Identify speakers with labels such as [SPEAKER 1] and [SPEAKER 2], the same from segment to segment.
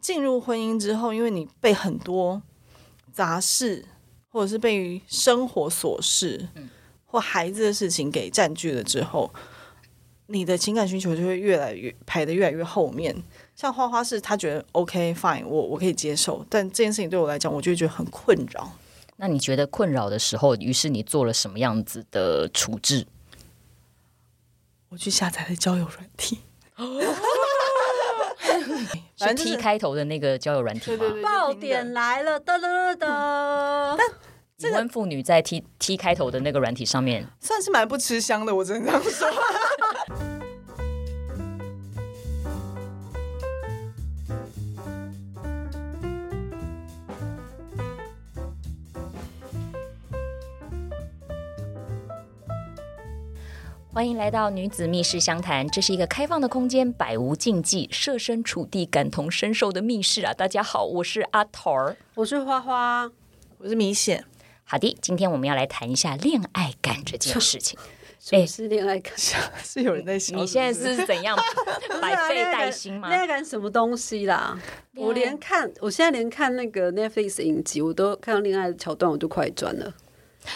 [SPEAKER 1] 进入婚姻之后，因为你被很多杂事，或者是被生活琐事，
[SPEAKER 2] 嗯
[SPEAKER 1] 或孩子的事情给占据了之后，你的情感需求就会越来越排得越来越后面。像花花是她觉得 OK fine，我我可以接受，但这件事情对我来讲，我就会觉得很困扰。
[SPEAKER 2] 那你觉得困扰的时候，于是你做了什么样子的处置？
[SPEAKER 1] 我去下载了交友软体，
[SPEAKER 2] 是
[SPEAKER 1] 反正
[SPEAKER 2] T
[SPEAKER 1] 就是
[SPEAKER 2] 开头的那个交友软
[SPEAKER 1] 对
[SPEAKER 2] 体吗？
[SPEAKER 1] 对对，
[SPEAKER 3] 爆
[SPEAKER 1] 就听的
[SPEAKER 3] 点来了，噔噔噔噔！
[SPEAKER 2] 已婚妇女在 T T 开头的那个软体上面，
[SPEAKER 1] 算是蛮不吃香的，我只能这样说。
[SPEAKER 2] 欢迎来到女子密室相谈，这是一个开放的空间，百无禁忌，设身处地、感同身受的密室啊！大家好，我是阿头儿。
[SPEAKER 3] 我是花
[SPEAKER 1] 哎
[SPEAKER 3] 花，
[SPEAKER 1] 我是米线，
[SPEAKER 2] 好的，今天我们要来谈一下恋爱感这件事情。
[SPEAKER 3] 我是恋爱感。
[SPEAKER 1] 是有人在笑
[SPEAKER 2] 你现在
[SPEAKER 1] 不
[SPEAKER 2] 是啊怎 样百废待兴吗？
[SPEAKER 3] 啊恋爱感什么东西啦？
[SPEAKER 2] 恋爱
[SPEAKER 3] 我连看，我现在连看那个 Netflix 影集，我都看到恋爱的桥段，我就快转了。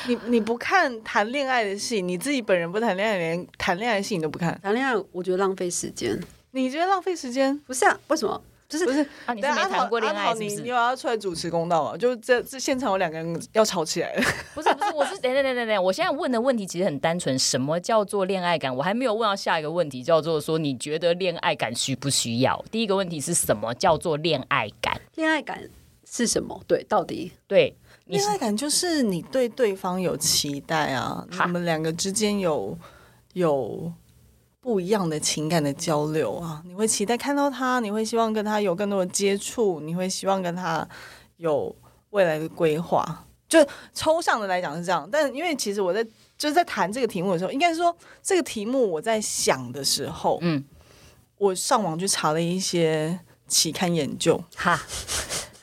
[SPEAKER 1] 你你不看谈恋爱的戏，你自己本人不谈恋爱，连谈恋爱的戏你都不看，
[SPEAKER 3] 谈恋爱我觉得浪费时间，
[SPEAKER 1] 你觉得浪费时间？
[SPEAKER 3] 不是啊？为什么？就是
[SPEAKER 1] 不是，
[SPEAKER 2] 啊，你是
[SPEAKER 1] 等下
[SPEAKER 2] 没
[SPEAKER 1] 阿
[SPEAKER 2] 谈
[SPEAKER 1] 桃
[SPEAKER 2] 过恋
[SPEAKER 1] 阿
[SPEAKER 2] 爱
[SPEAKER 1] 桃
[SPEAKER 2] 是不
[SPEAKER 1] 你
[SPEAKER 2] 是
[SPEAKER 1] 你？有要出来主持公道吗？就这这现场有两个人要吵起来了，
[SPEAKER 2] 不是不是，我是等等等等等，我现在问的问题其实很单纯，什么叫做恋爱感？我还没有问到下一个问题，叫做说你觉得恋爱感需不需要？第一个问题是什么叫做恋爱感？
[SPEAKER 3] 恋爱感是什么？对，到底
[SPEAKER 2] 对，你
[SPEAKER 1] 恋
[SPEAKER 2] 是
[SPEAKER 1] 爱感就是你对对方有期待啊，
[SPEAKER 2] 哈
[SPEAKER 1] 你们两个之间有有不一样的情感的交流啊，你会期待看到他，你会希望跟他有更多的接触，你会希望跟他有未来的规划。就抽象的来讲是这样，但因为其实我在就是在谈这个题目的时候，应该是说这个题目我在想的时候，
[SPEAKER 2] 嗯，
[SPEAKER 1] 我上网去查了一些期刊研究，
[SPEAKER 2] 哈，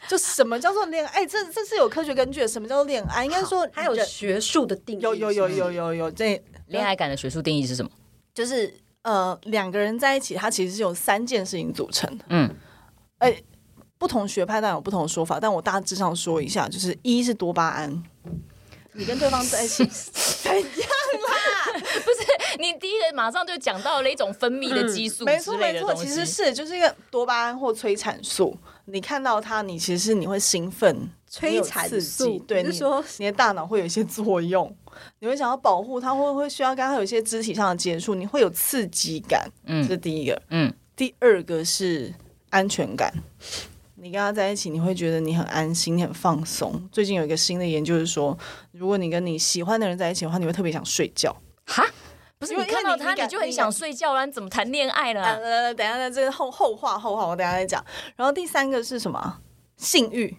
[SPEAKER 1] 就什么叫做恋爱，这这是有科学根据的。什么叫做恋爱？应该说
[SPEAKER 3] 还有
[SPEAKER 1] 人
[SPEAKER 3] 学术的定义？
[SPEAKER 1] 有有有
[SPEAKER 3] 是不
[SPEAKER 1] 有
[SPEAKER 3] 是，
[SPEAKER 1] 有有，这
[SPEAKER 2] 恋爱感的学术定义是什么？
[SPEAKER 1] 就是呃，两个人在一起，它其实是由三件事情组成的。
[SPEAKER 2] 嗯，
[SPEAKER 1] 不同学派当然有不同的说法，但我大致上说一下，就是一是多巴胺，你跟对方在一 起怎样？
[SPEAKER 2] 你第一个马上就讲到了一种分泌的激素
[SPEAKER 1] 嗯没
[SPEAKER 2] 之
[SPEAKER 1] 错
[SPEAKER 2] 类
[SPEAKER 1] 没
[SPEAKER 2] 的
[SPEAKER 1] 错，
[SPEAKER 2] 东
[SPEAKER 1] 其实
[SPEAKER 2] 西。
[SPEAKER 1] 是就是一个多巴胺或催产素。你看到它，你其实你会兴奋，你
[SPEAKER 3] 催
[SPEAKER 1] 有
[SPEAKER 3] 产
[SPEAKER 1] 刺激
[SPEAKER 3] 素，
[SPEAKER 1] 对，
[SPEAKER 3] 你
[SPEAKER 1] 你
[SPEAKER 3] 是说
[SPEAKER 1] 你的大脑会有一些作 用，你会想要保护它，或会需要跟它有一些肢体上的接触，你会有刺激感，这
[SPEAKER 2] 嗯
[SPEAKER 1] 是第一个。
[SPEAKER 2] 嗯，
[SPEAKER 1] 第二个是安全感，你跟他在一起，你会觉得你很安心，你很放松。最近有一个新的研究是说，如果你跟你喜欢的人在一起的话，你会特别想睡觉。
[SPEAKER 2] 哈，不是
[SPEAKER 1] 因
[SPEAKER 2] 你
[SPEAKER 1] 为
[SPEAKER 2] 看到
[SPEAKER 1] 因为你
[SPEAKER 2] 他
[SPEAKER 1] 你感
[SPEAKER 2] 你就很想睡觉了，你怎么谈恋爱了啊？
[SPEAKER 1] 呃，等一下，那这是后后话，后话我等一下再讲。然后第三个是什么啊？性欲。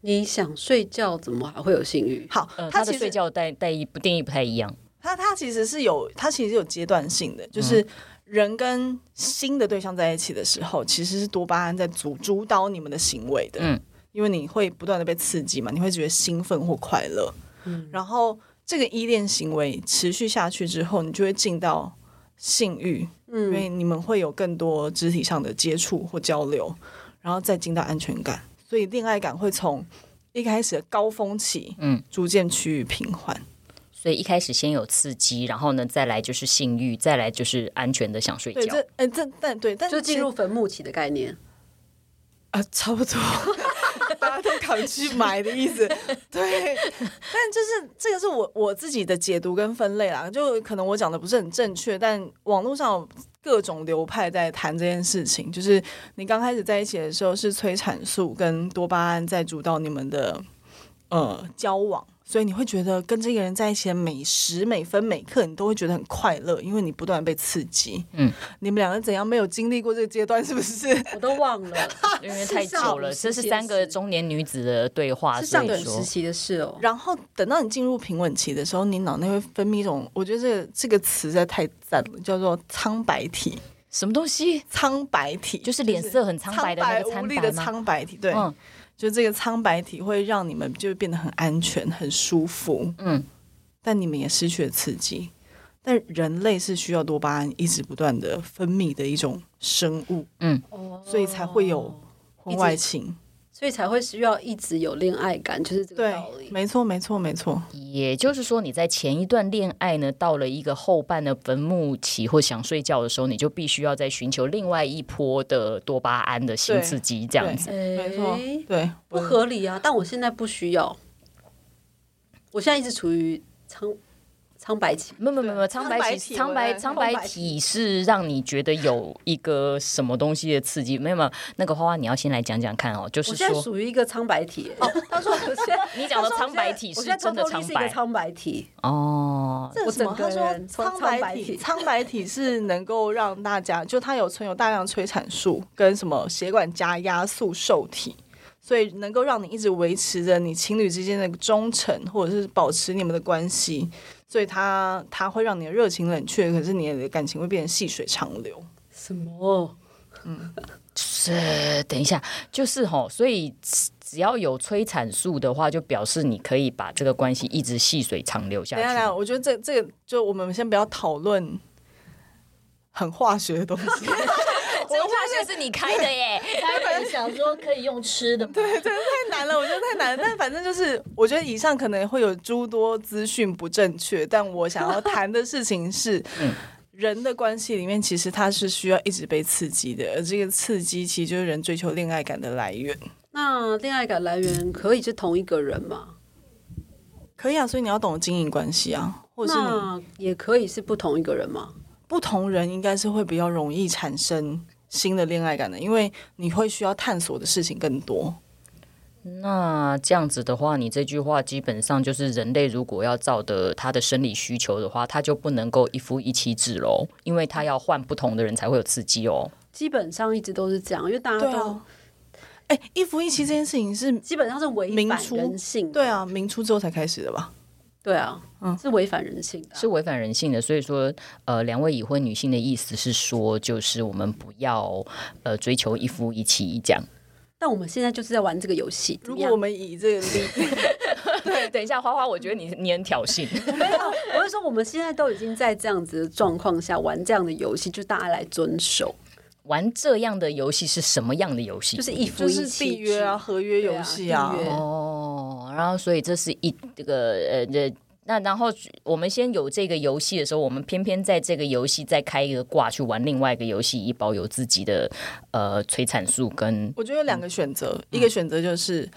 [SPEAKER 3] 你想睡觉，怎么还会有性欲？
[SPEAKER 1] 好，
[SPEAKER 2] 呃，他
[SPEAKER 1] 它
[SPEAKER 2] 的
[SPEAKER 1] 其
[SPEAKER 2] 睡
[SPEAKER 1] 实
[SPEAKER 2] 觉代代意不定义不太一样。
[SPEAKER 1] 它它其实是有，它其实有阶段性的，就是
[SPEAKER 2] 嗯
[SPEAKER 1] 人跟新的对象在一起的时候，其实是多巴胺在主主导你们的行为的，
[SPEAKER 2] 嗯
[SPEAKER 1] 因为你会不断的被刺激嘛，你会觉得兴奋或快乐，然后这个依恋行为持续下去之后，你就会进到性欲，因为
[SPEAKER 3] 嗯，
[SPEAKER 1] 你们会有更多肢体上的接触或交流，然后再进到安全感，所以恋爱感会从一开始的高峰期
[SPEAKER 2] 嗯，
[SPEAKER 1] 逐渐趋于平缓。
[SPEAKER 2] 所以一开始先有刺激，然后呢，再来就是性欲，再来就是安全的想睡
[SPEAKER 1] 对，
[SPEAKER 2] 觉
[SPEAKER 1] 这。呃，这但对，但
[SPEAKER 3] 就进入
[SPEAKER 1] 其实
[SPEAKER 3] 坟墓期的概念。
[SPEAKER 1] 啊，差不多， 大家都扛去买的意思。对，但就是这个是我我自己的解读跟分类啦，就可能我讲的不是很正确，但网络上有各种流派在谈这件事情，就是你刚开始在一起的时候是催产素跟多巴胺在主导你们的呃交往。所以你会觉得跟这个人在一起的每时每分每刻，你都会觉得很快乐，因为你不断被刺激。
[SPEAKER 2] 嗯，
[SPEAKER 1] 你们两个怎样没有经历过这个阶段？是不是？
[SPEAKER 3] 我都忘了，
[SPEAKER 2] 因为太
[SPEAKER 3] 是上
[SPEAKER 2] 久
[SPEAKER 3] 午
[SPEAKER 2] 了，
[SPEAKER 3] 时
[SPEAKER 2] 这是
[SPEAKER 3] 间
[SPEAKER 2] 三个
[SPEAKER 3] 是
[SPEAKER 2] 中年女子的对话，
[SPEAKER 3] 是
[SPEAKER 2] 啊所
[SPEAKER 3] 上
[SPEAKER 2] 以
[SPEAKER 3] 等时
[SPEAKER 2] 说
[SPEAKER 3] 期的事哦。
[SPEAKER 1] 然后等到你进入平稳期的时候，你脑内会分泌一种，我觉得这个这个词实在太赞了，叫做苍白体。
[SPEAKER 2] 什么东西
[SPEAKER 1] 苍白体
[SPEAKER 2] 就是脸色很苍白的那个
[SPEAKER 1] 苍白无
[SPEAKER 2] 苍
[SPEAKER 1] 力的
[SPEAKER 2] 白吗？
[SPEAKER 1] 苍白体，对，
[SPEAKER 2] 嗯
[SPEAKER 1] 就这个苍白体会让你们就变得很安全、很舒服，
[SPEAKER 2] 嗯，
[SPEAKER 1] 但你们也失去了刺激。但人类是需要多巴胺一直不断的分泌的一种生物，
[SPEAKER 3] 哦
[SPEAKER 1] 所以才会有婚外情，
[SPEAKER 3] 所以才会需要一直有恋爱感，就是这个
[SPEAKER 1] 对
[SPEAKER 3] 道，理。
[SPEAKER 1] 没错，没错，没错，
[SPEAKER 2] 也就是说，你在前一段恋爱呢，到了一个后半的坟墓期或想睡觉的时候，你就必须要再寻求另外一波的多巴胺的新
[SPEAKER 1] 对
[SPEAKER 2] 刺激，这样子。
[SPEAKER 1] 没错
[SPEAKER 3] 哎，
[SPEAKER 1] 对，
[SPEAKER 3] 不合理啊！但我现在不需要，我现在一直处于苍苍白期。
[SPEAKER 2] 没有没有没有，
[SPEAKER 1] 对
[SPEAKER 2] 苍白体苍
[SPEAKER 1] 苍
[SPEAKER 2] 白
[SPEAKER 1] 白体
[SPEAKER 2] 苍
[SPEAKER 3] 我来
[SPEAKER 2] 白体是让你觉得有一个什么东西的刺激，没有没有，那个花花你要先来讲讲看哦，就
[SPEAKER 3] 我
[SPEAKER 2] 是
[SPEAKER 3] 现在
[SPEAKER 2] 说
[SPEAKER 3] 属于一个苍白体。哦，他说 我现在
[SPEAKER 2] 你讲的苍白体
[SPEAKER 3] 我
[SPEAKER 2] 是
[SPEAKER 3] 现在
[SPEAKER 2] 真的
[SPEAKER 3] 偷偷
[SPEAKER 2] 苍
[SPEAKER 3] 立是一个
[SPEAKER 2] 白
[SPEAKER 3] 苍白体。
[SPEAKER 2] 哦，
[SPEAKER 1] 这
[SPEAKER 3] 我
[SPEAKER 1] 是什么？
[SPEAKER 3] 整
[SPEAKER 1] 他
[SPEAKER 3] 个
[SPEAKER 1] 说
[SPEAKER 3] 人
[SPEAKER 1] 苍
[SPEAKER 3] 苍白
[SPEAKER 1] 白 体，
[SPEAKER 3] 体
[SPEAKER 1] 苍白体是能够让大家，就它有存有大量催产素跟什么血管加压素受体，所以能够让你一直维持着你情侣之间的忠诚，或者是保持你们的关系。所以它它会让你的热情冷却，可是你的感情会变得细水长流。
[SPEAKER 3] 什么？
[SPEAKER 2] 是，等一下，就是吼、所以只只要有催产素的话，就表示你可以把这个关系一直细水长流下
[SPEAKER 1] 等一下，等一下，
[SPEAKER 2] 去。
[SPEAKER 1] 我觉得这这个就我们先不要讨论很化学的东西。
[SPEAKER 2] 这个化学是你开的 耶，
[SPEAKER 4] 他本来想说可以用吃的吗，
[SPEAKER 1] 对，真的太难了，我觉得太难了。但反正就是，我觉得以上可能会有诸多资讯不正确，但我想要谈的事情是，人的关系里面其实它是需要一直被刺激的，而这个刺激其实就是人追求恋爱感的来源。
[SPEAKER 3] 那恋爱感来源可以是同一个人吗？
[SPEAKER 1] 可以啊，所以你要懂得经营关系啊，或者是你
[SPEAKER 3] 那也可以是不同一个人吗？
[SPEAKER 1] 不同人应该是会比较容易产生新的恋爱感的，因为你会需要探索的事情更多。
[SPEAKER 2] 那这样子的话，你这句话基本上就是人类如果要照的他的生理需求的话，他就不能够一夫一妻制喽，因为他要换不同的人才会有刺激哦。
[SPEAKER 3] 基本上一直都是这样，因为大家
[SPEAKER 1] 对
[SPEAKER 3] 都、
[SPEAKER 1] 啊，哎、一夫一妻这件事情是，
[SPEAKER 3] 基本上是违
[SPEAKER 1] 明
[SPEAKER 3] 反
[SPEAKER 1] 初
[SPEAKER 3] 人性。
[SPEAKER 1] 对，啊，嗯明初之后才开始的吧？
[SPEAKER 3] 对啊，是违反人性的啊、
[SPEAKER 2] 是违反人性的。所以说，呃，两位已婚女性的意思是说，就是我们不要呃追求一夫一妻这样。
[SPEAKER 3] 但我们现在就是在玩这个游戏。
[SPEAKER 1] 如
[SPEAKER 3] 怎么
[SPEAKER 1] 果
[SPEAKER 3] 样
[SPEAKER 1] 我们以这个例，
[SPEAKER 2] 等一下，花花，我觉得你你很挑衅。
[SPEAKER 3] 没有，我是说我们现在都已经在这样子的状况下玩这样的游戏，就大家来遵守，
[SPEAKER 2] 玩这样的游戏是什么样的游戏？
[SPEAKER 3] 就是一夫
[SPEAKER 1] 嗯就
[SPEAKER 3] 一
[SPEAKER 1] 是
[SPEAKER 3] 妻
[SPEAKER 1] 缔约啊、合约游戏啊
[SPEAKER 3] 对啊，缔约
[SPEAKER 2] 哦，然后所以这是一这个呃这。那然后我们先有这个游戏的时候，我们偏偏在这个游戏再开一个挂去玩另外一个游戏，以保有自己的呃催产素跟
[SPEAKER 1] 我觉得有两个选择，一个选择就是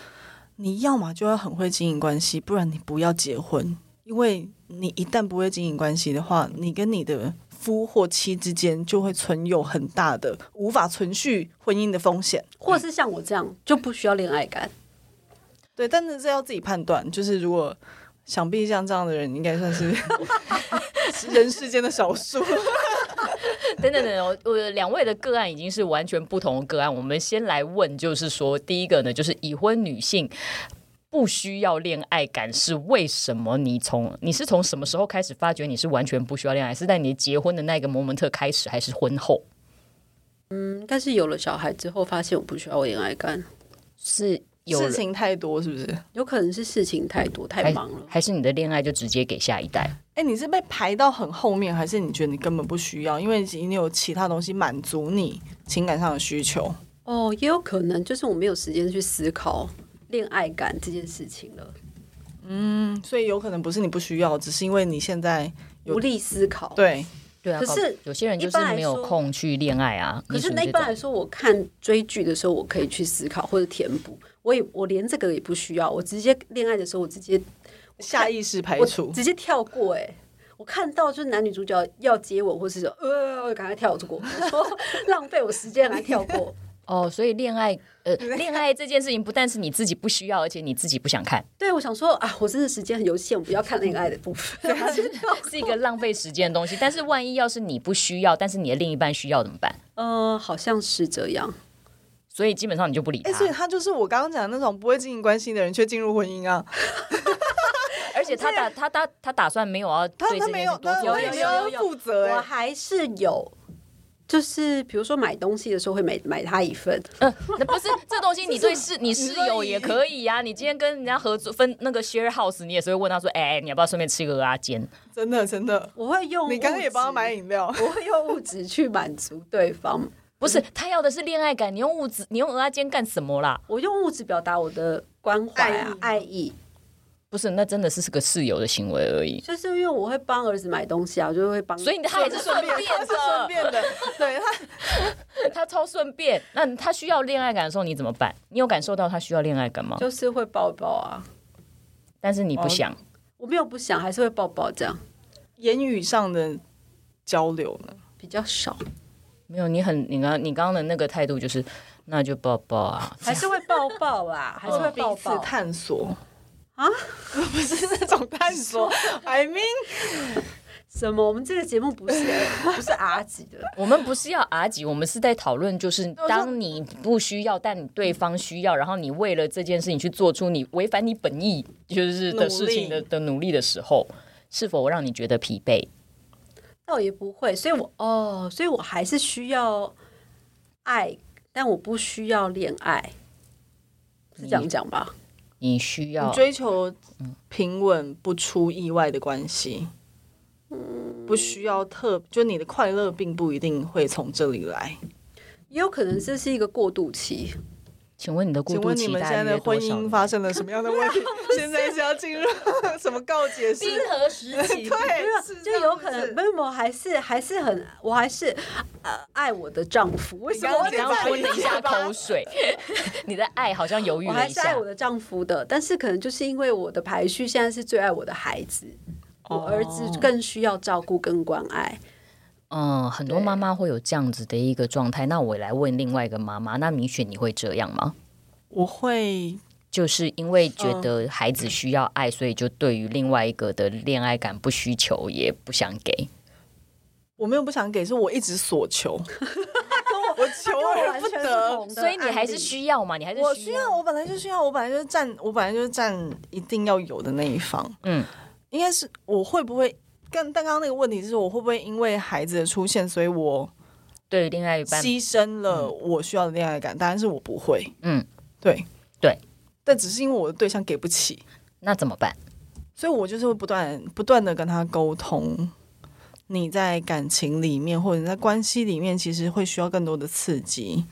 [SPEAKER 1] 你要么就要很会经营关系，不然你不要结婚，因为你一旦不会经营关系的话，你跟你的夫或妻之间就会存有很大的无法存续婚姻的风险。
[SPEAKER 3] 或是像我这样就不需要恋爱感。
[SPEAKER 1] 对，但是这要自己判断，就是如果。想必像这样的人应该算是 人世间的少数。
[SPEAKER 2] 等等等等，我我两位的个案已经是完全不同的个案。我们先来问，就是说，第一个呢，就是已婚女性不需要恋爱感是为什么？你从你是从什么时候开始发觉你是完全不需要恋爱？是在你结婚的那个 moment 开始，还是婚后？
[SPEAKER 3] 嗯，但是有了小孩之后，发现我不需要恋爱感，
[SPEAKER 2] 是有
[SPEAKER 1] 事
[SPEAKER 2] 人
[SPEAKER 1] 情太多，是不是？
[SPEAKER 3] 有可能是事情太多太
[SPEAKER 2] 还
[SPEAKER 3] 忙了。
[SPEAKER 2] 还是你的恋爱就直接给下一代？
[SPEAKER 1] 哎、你是被排到很后面，还是你觉得你根本不需要？因为你有其他东西满足你情感上的需求。
[SPEAKER 3] 哦，也有可能就是我没有时间去思考恋爱感这件事情了，
[SPEAKER 1] 嗯，所以有可能不是你不需要，只是因为你现在有
[SPEAKER 3] 无力思考。
[SPEAKER 1] 对
[SPEAKER 2] 对啊，
[SPEAKER 3] 可是
[SPEAKER 2] 搞有些人就
[SPEAKER 3] 一般
[SPEAKER 2] 是
[SPEAKER 3] 来
[SPEAKER 2] 没有
[SPEAKER 3] 说
[SPEAKER 2] 空去恋爱啊。
[SPEAKER 3] 可是
[SPEAKER 2] 你属于
[SPEAKER 3] 那一
[SPEAKER 2] 这
[SPEAKER 3] 般
[SPEAKER 2] 种
[SPEAKER 3] 来说，我看追剧的时候，我可以去思考或者填补。我也我连这个也不需要，我直接恋爱的时候，我直接
[SPEAKER 1] 下意识排
[SPEAKER 3] 我
[SPEAKER 1] 除。
[SPEAKER 3] 直接跳过、哎，我看到就是男女主角要接吻，或是说呃，我赶快跳过，我说浪费我时间来跳过。
[SPEAKER 2] 哦，所以恋爱 呃，恋爱这件事情不但是你自己不需要，而且你自己不想看。
[SPEAKER 3] 对，我想说啊，我真的时间有限，我不要看恋爱的部分。
[SPEAKER 2] 是一个浪费时间的东西。但是万一要是你不需要，但是你的另一半需要怎么办？
[SPEAKER 3] 呃，好像是这样。
[SPEAKER 2] 所以基本上你就不理
[SPEAKER 1] 哎、
[SPEAKER 2] 他，
[SPEAKER 1] 所以他就是我刚刚讲的那种不会经营关系的人，却进入婚姻啊。
[SPEAKER 2] 而且他打他打他打算没有要
[SPEAKER 1] 他
[SPEAKER 2] 对
[SPEAKER 1] 他
[SPEAKER 2] 这
[SPEAKER 1] 没
[SPEAKER 2] 件
[SPEAKER 1] 有
[SPEAKER 2] 事，多
[SPEAKER 1] 他
[SPEAKER 2] 做
[SPEAKER 1] 他
[SPEAKER 3] 有
[SPEAKER 1] 也
[SPEAKER 2] 一
[SPEAKER 1] 没
[SPEAKER 2] 些
[SPEAKER 3] 有
[SPEAKER 1] 有
[SPEAKER 3] 有
[SPEAKER 1] 负责、
[SPEAKER 3] 我
[SPEAKER 1] 欸。
[SPEAKER 3] 还是有，就是比如说买东西的时候会买买他一份，
[SPEAKER 2] 那不是这东西，你对室你室友也可以呀、你今天跟人家合作分那个 share house，你也是会问他说，哎、你要不要顺便吃个鹅啊煎？
[SPEAKER 1] 真的真的，
[SPEAKER 3] 我会用
[SPEAKER 1] 你刚刚也帮他
[SPEAKER 3] 物质
[SPEAKER 1] 买饮料。
[SPEAKER 3] 我会用物质去满足对方，
[SPEAKER 2] 不
[SPEAKER 1] 嗯
[SPEAKER 2] 是他要的是恋爱感，你用物质，你用鹅阿啊煎干什么啦？
[SPEAKER 3] 我用物质表达我的关怀啊、爱意，
[SPEAKER 2] 不是，那真的是是个室友的行为而已。
[SPEAKER 3] 就是因为我会帮儿子买东西啊，我就会帮。
[SPEAKER 2] 所以他也是顺便
[SPEAKER 1] 他是顺
[SPEAKER 2] 的，
[SPEAKER 1] 便的，对他
[SPEAKER 2] 他超顺便。那他需要恋爱感的时候，你怎么办？你有感受到他需要恋爱感吗？
[SPEAKER 3] 就是会抱抱啊，
[SPEAKER 2] 但是你不想，
[SPEAKER 3] 我没有不想，还是会抱抱，这样
[SPEAKER 1] 言语上的交流呢？
[SPEAKER 3] 比较少，
[SPEAKER 2] 没有，你很，你刚你刚刚的那个态度就是，那就抱抱啊。
[SPEAKER 3] 还是会抱抱 啊，还是会
[SPEAKER 1] 彼
[SPEAKER 3] 抱
[SPEAKER 1] 此
[SPEAKER 3] 抱。
[SPEAKER 1] 探索
[SPEAKER 3] 啊，
[SPEAKER 1] 不是那种探索，I mean，
[SPEAKER 3] 什么？我们这个节目不是 不是 R 级的，
[SPEAKER 2] 我们不是要 R 级，我们是在讨论，就是当你不需要，但你对方需要，然后你为了这件事情去做出你违反你本意就是的事情的
[SPEAKER 1] 努力
[SPEAKER 2] 的努力的时候，是否让你觉得疲惫？
[SPEAKER 3] 倒也不会。所以我哦，所以我还是需要爱，但我不需要恋爱，是这样讲吧？
[SPEAKER 2] 你需要
[SPEAKER 1] 你追求平稳不出意外的关系，不需要特，就你的快乐并不一定会从这里来。
[SPEAKER 3] 也有可能这是一个过渡期，
[SPEAKER 2] 请问你的过
[SPEAKER 1] 请
[SPEAKER 2] 渡
[SPEAKER 1] 问你
[SPEAKER 2] 期
[SPEAKER 1] 们现
[SPEAKER 2] 大
[SPEAKER 1] 在
[SPEAKER 2] 约
[SPEAKER 1] 的
[SPEAKER 2] 多
[SPEAKER 1] 婚
[SPEAKER 2] 少
[SPEAKER 1] 姻
[SPEAKER 2] 年？
[SPEAKER 1] 发生了什么样的问题？现在是要进入什么告解式？
[SPEAKER 4] 冰河时 期，
[SPEAKER 1] 对，
[SPEAKER 3] 就是就
[SPEAKER 1] 这样
[SPEAKER 3] 有可
[SPEAKER 1] 子
[SPEAKER 3] 能，没有，我还是还是很，我还是呃爱我的丈夫。为
[SPEAKER 1] 你
[SPEAKER 3] 什
[SPEAKER 1] 刚
[SPEAKER 3] 么我
[SPEAKER 1] 刚
[SPEAKER 2] 你
[SPEAKER 3] 得
[SPEAKER 2] 刚
[SPEAKER 1] 讲
[SPEAKER 3] 在
[SPEAKER 1] 到
[SPEAKER 2] 吞了一下口 水，你的爱好像犹豫
[SPEAKER 3] 我
[SPEAKER 2] 了
[SPEAKER 3] 还
[SPEAKER 2] 一
[SPEAKER 3] 是爱
[SPEAKER 2] 下
[SPEAKER 3] 我。的丈夫的，但是可能就是因为我的排序现在是最爱我的孩子，
[SPEAKER 1] 哦
[SPEAKER 3] 我儿子更需要照顾跟关爱。
[SPEAKER 2] 嗯，很多
[SPEAKER 3] 对
[SPEAKER 2] 妈妈会有这样子的一个状态。那我来问另外一个妈妈，那米雪你会这样吗？
[SPEAKER 1] 我会
[SPEAKER 2] 就是因为觉
[SPEAKER 1] 嗯
[SPEAKER 2] 得孩子需要爱，所以就对于另外一个的恋爱感不需求，也不想给。
[SPEAKER 1] 我没有不想给，是我一直所求， 我求而
[SPEAKER 3] 完
[SPEAKER 1] 不
[SPEAKER 3] 全不
[SPEAKER 1] 得。
[SPEAKER 3] 同的
[SPEAKER 2] 所以你还
[SPEAKER 3] 案
[SPEAKER 2] 是
[SPEAKER 3] 例
[SPEAKER 2] 需要嘛？你还是
[SPEAKER 1] 我需要，我本来就需要，我本来就是占，我本来就是占一定要有的那一方。
[SPEAKER 2] 嗯，
[SPEAKER 1] 应该是我会不会跟但刚刚那个问题是我会不会因为孩子的出现，所以我
[SPEAKER 2] 对于另外一半，
[SPEAKER 1] 牺牲了我需要的恋爱感？当然是我不会，
[SPEAKER 2] 嗯，
[SPEAKER 1] 对
[SPEAKER 2] 对，
[SPEAKER 1] 但只是因为我的对象给不起，
[SPEAKER 2] 那怎么办？
[SPEAKER 1] 所以我就是会不断不断的跟他沟通。你在感情里面，或者你在关系里面，其实会需要更多的刺激，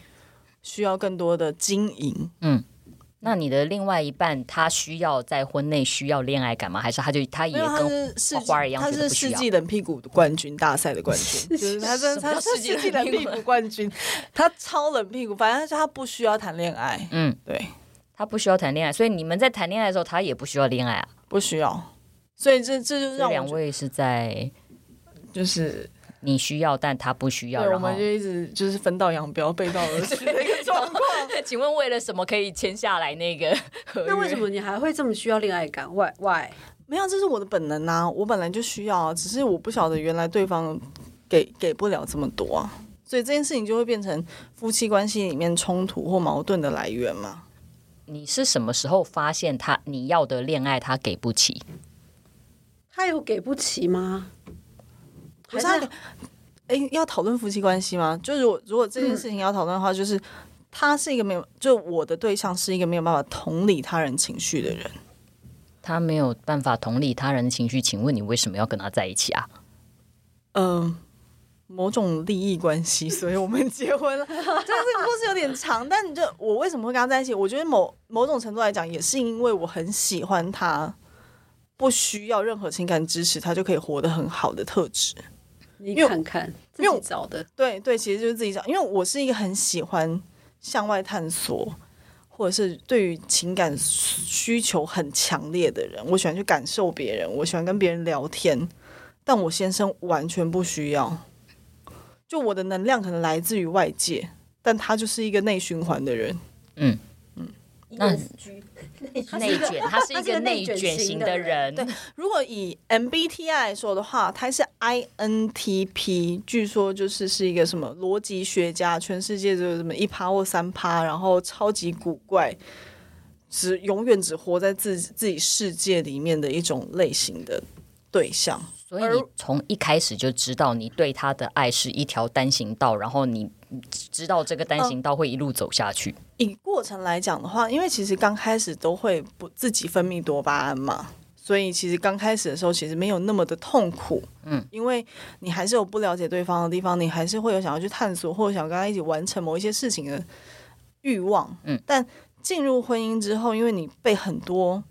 [SPEAKER 1] 需要更多的经营。
[SPEAKER 2] 嗯那你的另外一半他需要在婚内需要恋爱感吗？还是他就他也
[SPEAKER 1] 因为他
[SPEAKER 2] 跟
[SPEAKER 1] 是世纪
[SPEAKER 2] 花儿一样
[SPEAKER 1] 他
[SPEAKER 2] 觉
[SPEAKER 1] 是
[SPEAKER 2] 得不需
[SPEAKER 1] 世
[SPEAKER 2] 要
[SPEAKER 1] 纪冷屁股冠军大赛的冠 军，就是他真的
[SPEAKER 2] 什
[SPEAKER 1] 他
[SPEAKER 2] 么叫
[SPEAKER 1] 是
[SPEAKER 2] 世纪
[SPEAKER 1] 世纪
[SPEAKER 2] 冷
[SPEAKER 1] 冷
[SPEAKER 2] 屁
[SPEAKER 1] 屁
[SPEAKER 2] 股
[SPEAKER 1] 股冠军，他超冷屁股，反正他说他不需要谈恋爱，
[SPEAKER 2] 嗯，
[SPEAKER 1] 对，
[SPEAKER 2] 他不需要谈恋爱，所以你们在谈恋爱的时候，他也不需要恋爱啊。
[SPEAKER 1] 不需要，所以这这就是
[SPEAKER 2] 这
[SPEAKER 1] 让
[SPEAKER 2] 两
[SPEAKER 1] 我觉
[SPEAKER 2] 位是在
[SPEAKER 1] 就是
[SPEAKER 2] 你需要，但他不需要。
[SPEAKER 1] 对，我
[SPEAKER 2] 然后
[SPEAKER 1] 们，就一直就是分道扬镳，背道而驰 的一个状况。
[SPEAKER 2] 请问为了什么可以签下来那个合约？
[SPEAKER 3] 那为什么你还会这么需要恋爱感？Why why？
[SPEAKER 1] 没有，这是我的本能啊，我本来就需要啊，只是我不晓得原来对方给给不了这么多啊，所以这件事情就会变成夫妻关系里面冲突或矛盾的来源嘛。
[SPEAKER 2] 你是什么时候发现他你要的恋爱他给不起？
[SPEAKER 3] 他有给不起吗？
[SPEAKER 1] 不
[SPEAKER 3] 还
[SPEAKER 1] 是
[SPEAKER 3] 是
[SPEAKER 1] 啊哎、要讨论夫妻关系吗？就如果如果这件事情要讨论的话，就是他是一个没有，就我的对象是一个没有办法同理他人情绪的人。
[SPEAKER 2] 他没有办法同理他人的情绪，请问你为什么要跟他在一起啊？
[SPEAKER 1] 嗯、某种利益关系，所以我们结婚了。就是这个故事有点长，但你就我为什么会跟他在一起？我觉得某某种程度来讲，也是因为我很喜欢他，不需要任何情感支持，他就可以活得很好的特质。
[SPEAKER 3] 你
[SPEAKER 1] 因为
[SPEAKER 3] 看看自
[SPEAKER 1] 因为我
[SPEAKER 3] 己找的，
[SPEAKER 1] 对对，其实就是自己找，因为我是一个很喜欢向外探索，或者是对于情感需求很强烈的人，我喜欢去感受别人，我喜欢跟别人聊天，但我先生完全不需要。就我的能量可能来自于外界，但他就是一个内循环的人。
[SPEAKER 2] 那
[SPEAKER 4] ESG 内需
[SPEAKER 2] 内卷，他是一
[SPEAKER 3] 他是
[SPEAKER 2] 个
[SPEAKER 3] 个
[SPEAKER 2] 内
[SPEAKER 3] 内卷
[SPEAKER 2] 卷型
[SPEAKER 3] 型的
[SPEAKER 2] 的人
[SPEAKER 3] 人，
[SPEAKER 1] 如果以 MBTI 来说的话，他是 INTP，据说就是是一个什么逻辑学家，全世界只有什么一趴或三趴，然后超级古怪，只永远只活在自己自己世界里面的一种类型的对象。
[SPEAKER 2] 所以你从一开始就知道你对他的爱是一条单行道，然后你知道这个单行道会一路走下去。
[SPEAKER 1] 以过程来讲的话，因为其实刚开始都会不自己分泌多巴胺嘛，所以其实刚开始的时候，其实没有那么的痛苦，
[SPEAKER 2] 嗯，
[SPEAKER 1] 因为你还是有不了解对方的地方，你还是会有想要去探索或者想跟他一起完成某一些事情的欲望，
[SPEAKER 2] 嗯，
[SPEAKER 1] 但进入婚姻之后，因为你被很多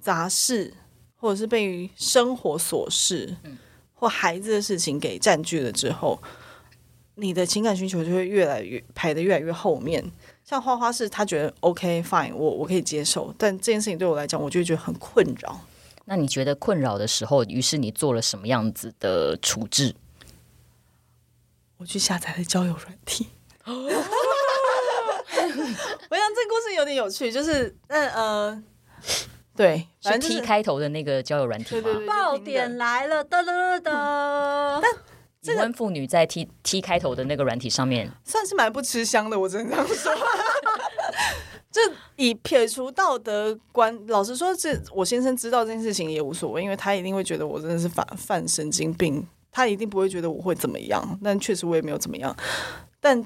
[SPEAKER 1] 杂事或者是被生活琐事，
[SPEAKER 2] 嗯
[SPEAKER 1] 或孩子的事情给占据了之后，你的情感需求就会越来越排得越来越后面。像花花是他觉得 OK fine，我我可以接受，但这件事情对我来讲，我就会觉得很困扰。
[SPEAKER 2] 那你觉得困扰的时候，于是你做了什么样子的处置？
[SPEAKER 1] 我去下载了交友软体。 我想这故事有点有趣，就是但呃，对，反
[SPEAKER 2] 是
[SPEAKER 1] 正就
[SPEAKER 2] T
[SPEAKER 1] 是
[SPEAKER 2] 开头的那个交友软
[SPEAKER 1] 对
[SPEAKER 2] 体吗？
[SPEAKER 1] 对对，
[SPEAKER 3] 爆
[SPEAKER 1] 就听的
[SPEAKER 3] 点来了，噔噔噔噔！
[SPEAKER 2] 已婚妇女在 T T 开头的那个软体上面，
[SPEAKER 1] 算是蛮不吃香的，我只能这样 说。就以撇除道德观，老实说这，我先生知道这件事情也无所谓，因为他一定会觉得我真的是犯犯神经病，他一定不会觉得我会怎么样。但确实我也没有怎么样。但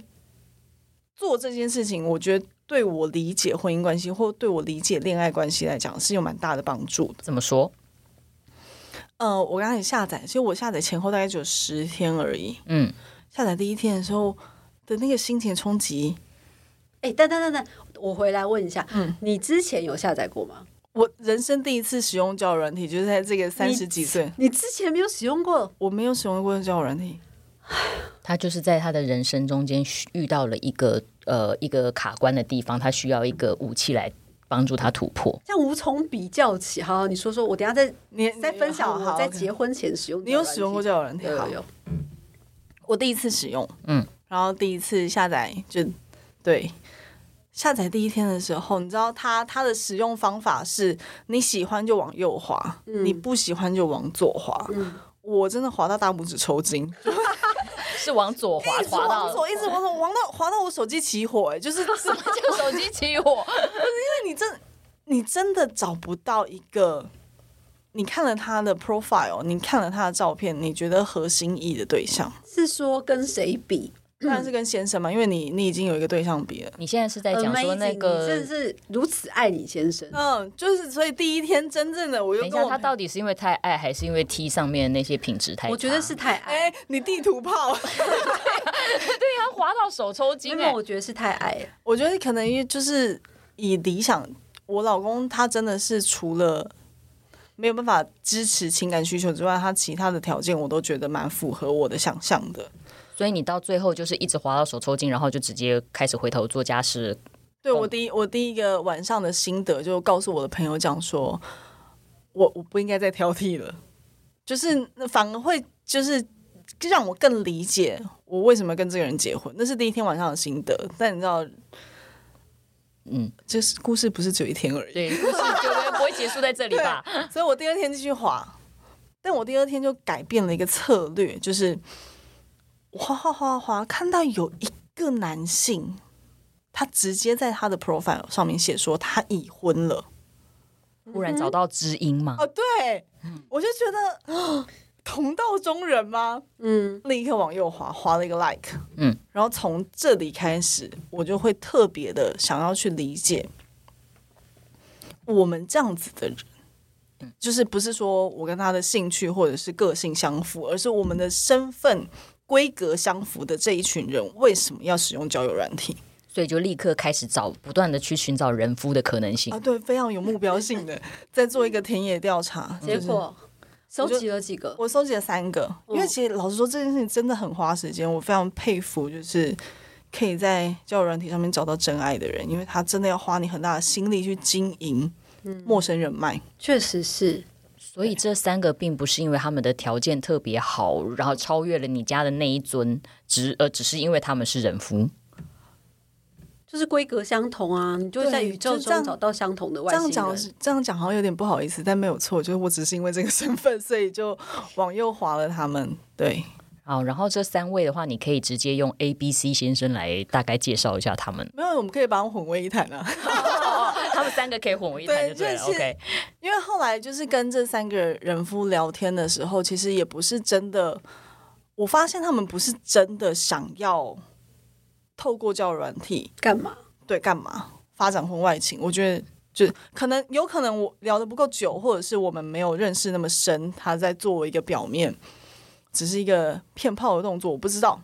[SPEAKER 1] 做这件事情，我觉得对我理解婚姻关系或对我理解恋爱关系来讲是有蛮大的帮助的。
[SPEAKER 2] 怎么说？
[SPEAKER 1] 呃，我刚开始下载，其实我下载前后大概只有十天而已。
[SPEAKER 2] 嗯，
[SPEAKER 1] 下载第一天的时候的那个心情冲击，
[SPEAKER 3] 哎，等等等等，我回来问一下，
[SPEAKER 1] 嗯
[SPEAKER 3] 你之前有下载过吗？
[SPEAKER 1] 我人生第一次使用交友软体，就是在这个三十几岁，
[SPEAKER 3] 你之前没有使用过？
[SPEAKER 1] 我没有使用过交友软体。
[SPEAKER 2] 她就是在她的人生中间遇到了一个呃一个卡关的地方，她需要一个武器来帮助她突破。
[SPEAKER 3] 这样无从比较起。好，你说说，我等一下再
[SPEAKER 1] 你
[SPEAKER 3] 再分享我在结
[SPEAKER 1] 婚，
[SPEAKER 3] 婚前使用。
[SPEAKER 1] 你有使用过
[SPEAKER 3] 这
[SPEAKER 1] 交友软体？
[SPEAKER 3] 有
[SPEAKER 1] 好
[SPEAKER 3] 有，有。
[SPEAKER 1] 我第一次使用，
[SPEAKER 2] 嗯，
[SPEAKER 1] 然后第一次下载就对。下载第一天的时候，你知道它它的使用方法是你喜欢就往右滑，
[SPEAKER 3] 嗯
[SPEAKER 1] 你不喜欢就往左滑。
[SPEAKER 3] 嗯
[SPEAKER 1] 我真的滑到大拇指抽筋，
[SPEAKER 2] 是往左滑
[SPEAKER 1] 一直
[SPEAKER 2] 滑
[SPEAKER 1] 往
[SPEAKER 2] 到
[SPEAKER 1] 左，一直往左，滑到滑到我手机起火、哎， 就是
[SPEAKER 2] 什么叫手机起火？
[SPEAKER 1] 你真你真的找不到一个，你看了他的 profile，你看了他的照片，你觉得合心意的对象，
[SPEAKER 3] 是说跟谁比
[SPEAKER 2] 嗯
[SPEAKER 1] 当然是跟先生嘛，因为你你已经有一个对象比了。
[SPEAKER 2] 你现在是在哎讲说
[SPEAKER 3] ？Amazing！
[SPEAKER 2] 那个
[SPEAKER 3] 你真的是如此爱你先生。
[SPEAKER 1] 嗯，就是所以第一天真正的我
[SPEAKER 2] 等
[SPEAKER 1] 又
[SPEAKER 2] 一
[SPEAKER 1] 跟
[SPEAKER 2] 下，
[SPEAKER 1] 我
[SPEAKER 2] 他到底是因为太爱，还是因为 T 上面那些品质太差？
[SPEAKER 3] 我觉得是太爱，
[SPEAKER 1] 哎、你地图炮，
[SPEAKER 2] 他滑到手抽
[SPEAKER 3] 因
[SPEAKER 2] 筋
[SPEAKER 3] 为
[SPEAKER 2] 哎、
[SPEAKER 3] 我觉得是太爱了。
[SPEAKER 1] 我觉得可能因为就是以理想，我老公他真的是除了。没有办法支持情感需求之外，他其他的条件我都觉得蛮符合我的想象的。
[SPEAKER 2] 所以你到最后就是一直滑到手抽筋，然后就直接开始回头做家事。
[SPEAKER 1] 对我
[SPEAKER 2] 懂
[SPEAKER 1] 第一我第一个晚上的心得，就告诉我的朋友讲说，我我不应该再挑剔了，就是那反而会就是让我更理解我为什么跟这个人结婚。那是第一天晚上的心得，但你知道，
[SPEAKER 2] 嗯，
[SPEAKER 1] 就是故事不是只有一天而已。
[SPEAKER 2] 对，故事绝对啊不会结束在这里吧？
[SPEAKER 1] 所以我第二天继续滑，但我第二天就改变了一个策略，就是我滑滑滑滑，看到有一个男性，他直接在他的 profile 上面写说他已婚了。
[SPEAKER 2] 忽然找到知音嘛？
[SPEAKER 1] 嗯哦，对，我就觉得 啊同道中人吗？
[SPEAKER 3] 嗯，
[SPEAKER 1] 立刻往右滑，滑了一个 like，
[SPEAKER 2] 嗯，
[SPEAKER 1] 然后从这里开始，我就会特别的想要去理解我们这样子的人，就是不是说我跟他的兴趣或者是个性相符，而是我们的身份。规格相符的这一群人为什么要使用交友软体
[SPEAKER 2] 所以就立刻开始找，不断的去寻找人夫的可能性
[SPEAKER 1] 啊？。对，非常有目标性 的，在做一个田野调查，
[SPEAKER 3] 结
[SPEAKER 1] 就是
[SPEAKER 3] 果收集了几个，
[SPEAKER 1] 我收集了三个，因
[SPEAKER 3] 嗯
[SPEAKER 1] 为其实老实说，这件事情真的很花时间。我非常佩服，就是可以在交友软体上面找到真爱的人，因为他真的要花你很大的心力去经营
[SPEAKER 3] 嗯
[SPEAKER 1] 陌生人脉。
[SPEAKER 3] 确实是
[SPEAKER 2] 所以这三个并不是因为他们的条件特别好，然后超越了你家的那一尊，只呃只是因为他们是人夫。
[SPEAKER 3] 就是规格相同啊，你就会
[SPEAKER 1] 对
[SPEAKER 3] 在宇宙
[SPEAKER 1] 就这样
[SPEAKER 3] 中找到相同的外
[SPEAKER 1] 这样
[SPEAKER 3] 星
[SPEAKER 1] 讲
[SPEAKER 3] 人。
[SPEAKER 1] 是这样讲，好像有点不好意思，但没有错，就是我只是因为这个身份，所以就往右滑了他们。对，
[SPEAKER 2] 好，然后这三位的话，你可以直接用 A、B、C 先生来大概介绍一下
[SPEAKER 1] 。
[SPEAKER 2] 他们
[SPEAKER 1] 没有，我们可以把它混为一谈啊。
[SPEAKER 2] 哦他们三个可以混为一谈就对了。
[SPEAKER 1] 对就是
[SPEAKER 2] OK，
[SPEAKER 1] 因为后来就是跟这三个人夫聊天的时候，其实也不是真的，我发现他们不是真的想要透过交友软体
[SPEAKER 3] 干嘛？
[SPEAKER 1] 对干嘛发展婚外情，我觉得。就是可能有可能我聊的不够久，或者是我们没有认识那么深，他在做一个表面，只是一个骗炮的动作，我不知道。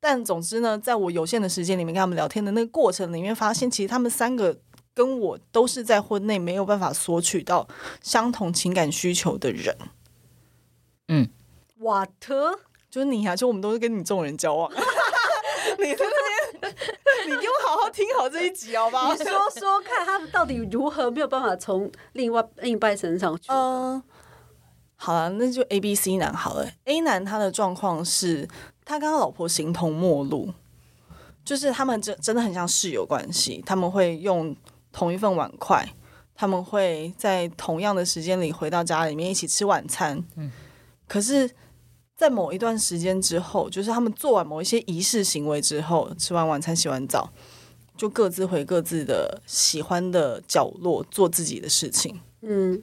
[SPEAKER 1] 但总之呢，在我有限的时间里面跟他们聊天的那个过程里面，发现其实他们三个跟我都是在婚内没有办法索取到相同情感需求的人。
[SPEAKER 3] 瓦特，
[SPEAKER 1] 就是你啊，就我们都是跟你这种人交往。 你在那边，你给我好好听好这一集哦好不好
[SPEAKER 3] 你？说说看，他们到底如何没有办法从另外另一半身上去？
[SPEAKER 1] 嗯，好了，那就 A、B、C 男好了。A 男他的状况是，他跟他老婆形同陌路，就是他们真真的很像室友关系，他们会用同一份碗筷，他们会在同样的时间里回到家里面一起吃晚餐。嗯，可是。在某一段时间之后，就是他们做完某一些仪式行为之后，吃完晚餐、洗完澡，就各自回各自的喜欢的角落做自己的事情。
[SPEAKER 3] 嗯，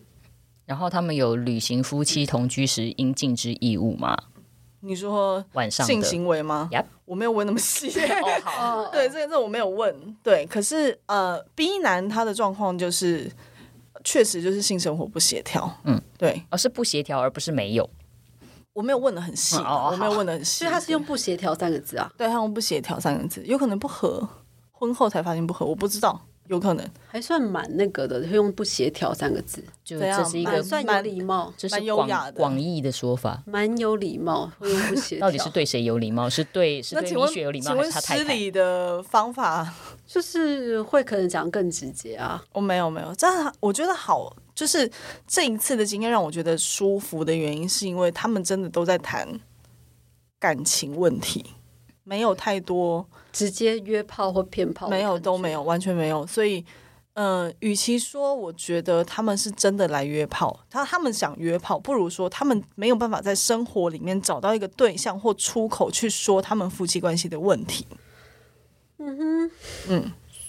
[SPEAKER 2] 然后他们有履行夫妻同居时应尽之义务吗？
[SPEAKER 1] 你说
[SPEAKER 2] 晚上
[SPEAKER 1] 性
[SPEAKER 2] 的
[SPEAKER 1] 行为吗
[SPEAKER 2] Yep
[SPEAKER 1] 我没有问那么细。
[SPEAKER 2] 哦好，
[SPEAKER 3] 哦，
[SPEAKER 1] 对，这个这个我没有问。对，可是呃，B 男他的状况就是，确实就是性生活不协调。
[SPEAKER 2] 嗯，
[SPEAKER 1] 对
[SPEAKER 2] 而是不协调，而不是没有。
[SPEAKER 1] 我没有问的很细，
[SPEAKER 2] 嗯哦
[SPEAKER 1] 我没有问的很细。
[SPEAKER 3] 所以他是用不协调三个字啊，
[SPEAKER 1] 对他用不协调三个字，有可能不合，婚后才发现不合，我不知道，有可能。
[SPEAKER 3] 还算蛮那个的，他用不协调三个字，
[SPEAKER 2] 就
[SPEAKER 1] 怎样
[SPEAKER 2] 这是一
[SPEAKER 3] 蛮
[SPEAKER 2] 个，
[SPEAKER 3] 算有
[SPEAKER 1] 啊蛮
[SPEAKER 3] 礼貌，
[SPEAKER 2] 这
[SPEAKER 1] 蛮
[SPEAKER 2] 是
[SPEAKER 1] 优
[SPEAKER 2] 广
[SPEAKER 1] 雅的
[SPEAKER 2] 广义的说法。
[SPEAKER 3] 蛮有礼貌，会用不协调。
[SPEAKER 2] 到底是对谁有礼貌？是对是
[SPEAKER 1] 那
[SPEAKER 2] 对
[SPEAKER 1] 请
[SPEAKER 2] 米
[SPEAKER 1] 问，
[SPEAKER 2] 雪有礼貌，
[SPEAKER 1] 请
[SPEAKER 2] 还是
[SPEAKER 1] 问
[SPEAKER 2] 他太
[SPEAKER 1] 失
[SPEAKER 2] 太？
[SPEAKER 1] 礼的方法
[SPEAKER 3] 就是会可能讲更直接啊，
[SPEAKER 1] 我哦没有没有，这样我觉得好，就是这一次的经验让我觉得舒服的原因，是因为他们真的都在谈感情问题，没有太多，
[SPEAKER 3] 直接约炮或骗炮，
[SPEAKER 1] 没有都没。有，完全没有。所以，呃，与其说我觉得他们是真的来约炮，他他们想约炮，不如说他们没有办法在生活里面找到一个对象或出口去说他们夫妻关系的问题。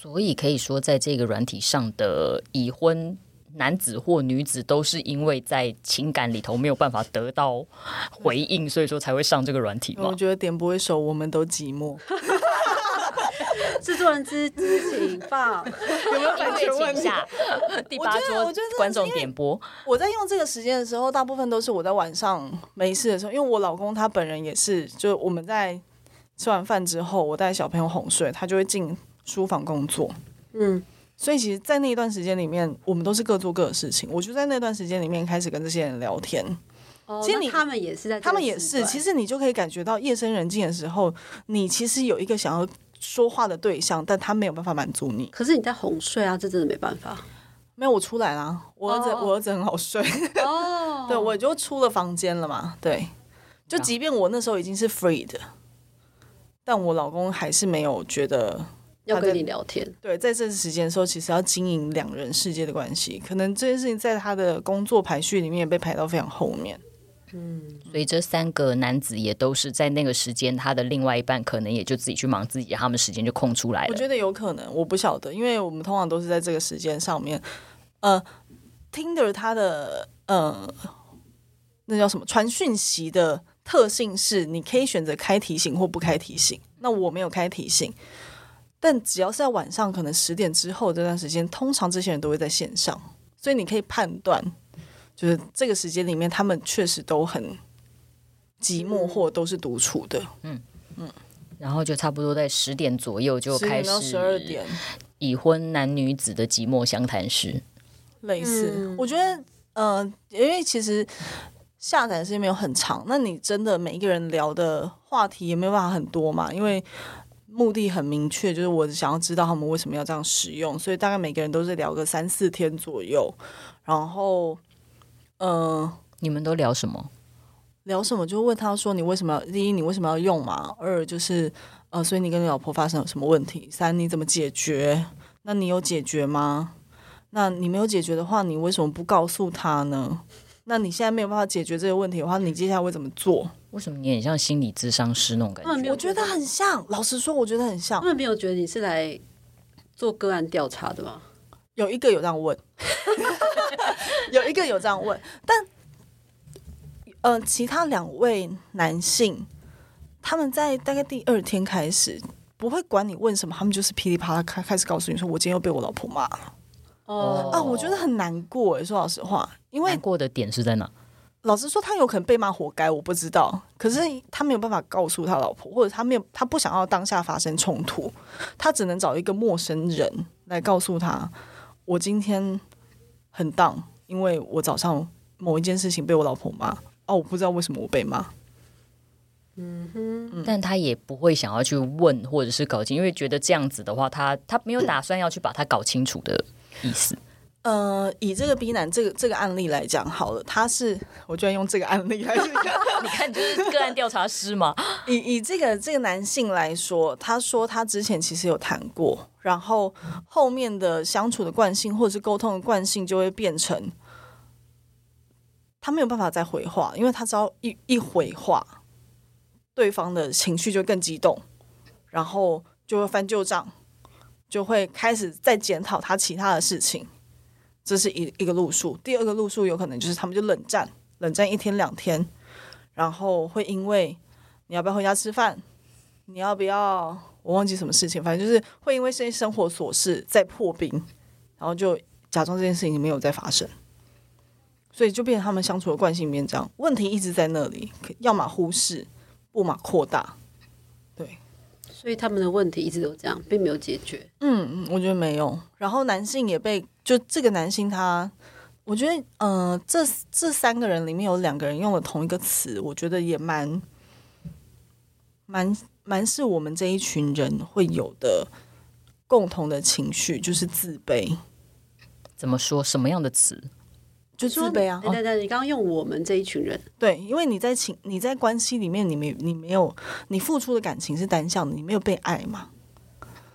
[SPEAKER 2] 所以可以说，在这个软体上的已婚男子或女子，都是因为在情感里头没有办法得到回应，所以说才会上这个软体嘛
[SPEAKER 1] 嗯我。觉得点不会手，我们都寂寞。
[SPEAKER 3] 制作人之之请 放，
[SPEAKER 2] 有没有版权问题？第八
[SPEAKER 1] 我觉得我
[SPEAKER 2] 桌
[SPEAKER 1] 觉得
[SPEAKER 2] 观众点播，
[SPEAKER 1] 我在用这个时间的时候，大部分都是我在晚上没事的时候，因为我老公他本人也是，就我们在吃完饭之后，我带小朋友哄睡，他就会进书房工作。
[SPEAKER 3] 嗯，
[SPEAKER 1] 所以其实，在那一段时间里面，我们都是各做各的事情。我就在那段时间里面开始跟这些人聊天，
[SPEAKER 3] 哦，
[SPEAKER 1] 其实
[SPEAKER 3] 那
[SPEAKER 1] 你
[SPEAKER 3] 他们也是在这个时段，
[SPEAKER 1] 他们也是。其实你就可以感觉到，夜深人静的时候，你其实有一个想要说话的对象，但他没有办法满足你。
[SPEAKER 3] 可是你在哄睡啊，这真的没办法。
[SPEAKER 1] 没有，我出来啦，我儿子
[SPEAKER 3] 哦哦
[SPEAKER 1] 我儿子很好 睡。
[SPEAKER 3] 哦，啊
[SPEAKER 1] 对，我就出了房间了嘛。对，就即便我那时候已经是 free 的，但我老公还是没有觉得。
[SPEAKER 3] 要跟你聊天，
[SPEAKER 1] 对，在这时间的时候，其实要经营两人世界的关系，可能这件事情在他的工作排序里面也被排到非常后面。
[SPEAKER 2] 所以这三个男子也都是在那个时间，他的另外一半可能也就自己去忙自己，他们时间就空出来
[SPEAKER 1] 我
[SPEAKER 2] 了。
[SPEAKER 1] 觉得有可能，我不晓得，因为我们通常都是在这个时间上面。呃，Tinder 它的呃，那叫什么传讯息的特性是，你可以选择开提醒或不开提醒。那我没有开提醒，但只要是在晚上，可能十点之后这段时间，通常这些人都会在线上，所以你可以判断，就是这个时间里面，他们确实都很寂
[SPEAKER 2] 嗯
[SPEAKER 1] 寞或都是独处的，
[SPEAKER 2] 然后就差不多在十点左右就
[SPEAKER 1] 10
[SPEAKER 2] 开
[SPEAKER 1] 点到
[SPEAKER 2] 始
[SPEAKER 1] 十二点。
[SPEAKER 2] 已婚男女子的寂寞相谈室。
[SPEAKER 1] 类似。
[SPEAKER 3] 嗯
[SPEAKER 1] 我觉得，呃，因为其实下载的时间没有很长，那你真的每一个人聊的话题也没有办法很多嘛，因为目的很明确，就是我想要知道他们为什么要这样使用，所以大概每个人都是聊个三四天左右，然后，呃。
[SPEAKER 2] 你们都聊什么？
[SPEAKER 1] 聊什么就问他说你为什么要第一你为什么要用嘛，二就是呃，所以你跟你老婆发生了什么问题？三你怎么解决？那你有解决吗？那你没有解决的话，你为什么不告诉他呢？那你现在没有办法解决这个问题的话，你接下来会怎么做？
[SPEAKER 2] 为什么你很像心理咨商师那种感
[SPEAKER 3] 他们没
[SPEAKER 2] 觉？
[SPEAKER 3] 有
[SPEAKER 1] 我觉得很像，老实说，我觉得很像
[SPEAKER 3] 他。们没有觉得你是来做个案调查的吗？
[SPEAKER 1] 有一个有这样问，有一个有这样问，但呃，其他两位男性，他们在大概第二天开始，不会管你问什么，他们就是噼里啪啦开开始告诉你说，我今天又被我老婆骂了，
[SPEAKER 3] 哦
[SPEAKER 1] 啊，我觉得很难过哎，说老实话，因为
[SPEAKER 2] 难过的点是在哪？
[SPEAKER 1] 老实说，他有可能被骂活该，我不知道。可是他没有办法告诉他老婆，或者他没有，他不想要当下发生冲突，他只能找一个陌生人来告诉他，我今天很荡，因为我早上某一件事情被我老婆骂，哦，我不知道为什么我被骂。
[SPEAKER 2] 但他也不会想要去问或者是搞清，因为觉得这样子的话，他他没有打算要去把它搞清楚的意思。
[SPEAKER 1] 呃，以这个 B 男这个这个案例来讲好了，他是我居然用这个案例来讲，
[SPEAKER 2] 你看，你就是个案调查师嘛，
[SPEAKER 1] 以以这个这个男性来说，他说他之前其实有谈过，然后后面的相处的惯性或者是沟通的惯性就会变成，他没有办法再回话，因为他只要一一回话，对方的情绪就更激动，然后就会翻旧账，就会开始再检讨他其他的事情，这是一一个路数。第二个路数有可能就是他们就冷战，冷战一天两天，然后会因为。你要不要回家吃饭？你要不要？我忘记什么事情，反正就是会因为这些生活琐事在破冰，然后就假装这件事情没有在发生，所以就变成他们相处的惯性变这样，问题一直在那里，可要么忽视，不嘛扩大。对，
[SPEAKER 3] 所以他们的问题一直都这样，并没有解决。
[SPEAKER 1] 嗯，嗯，我觉得没有。然后男性也被，就这个男性他，我觉得，呃，这这三个人里面有两个人用了同一个词，我觉得也蛮，蛮蛮是我们这一群人会有的共同的情绪，就是自卑，
[SPEAKER 2] 怎么说？什么样的词？
[SPEAKER 1] 就自卑啊。
[SPEAKER 3] 等等等，你刚刚用我们这一群人，
[SPEAKER 1] 对，因为你在情你在关系里面，你没你没有你付出的感情是单向的，你没有被爱嘛，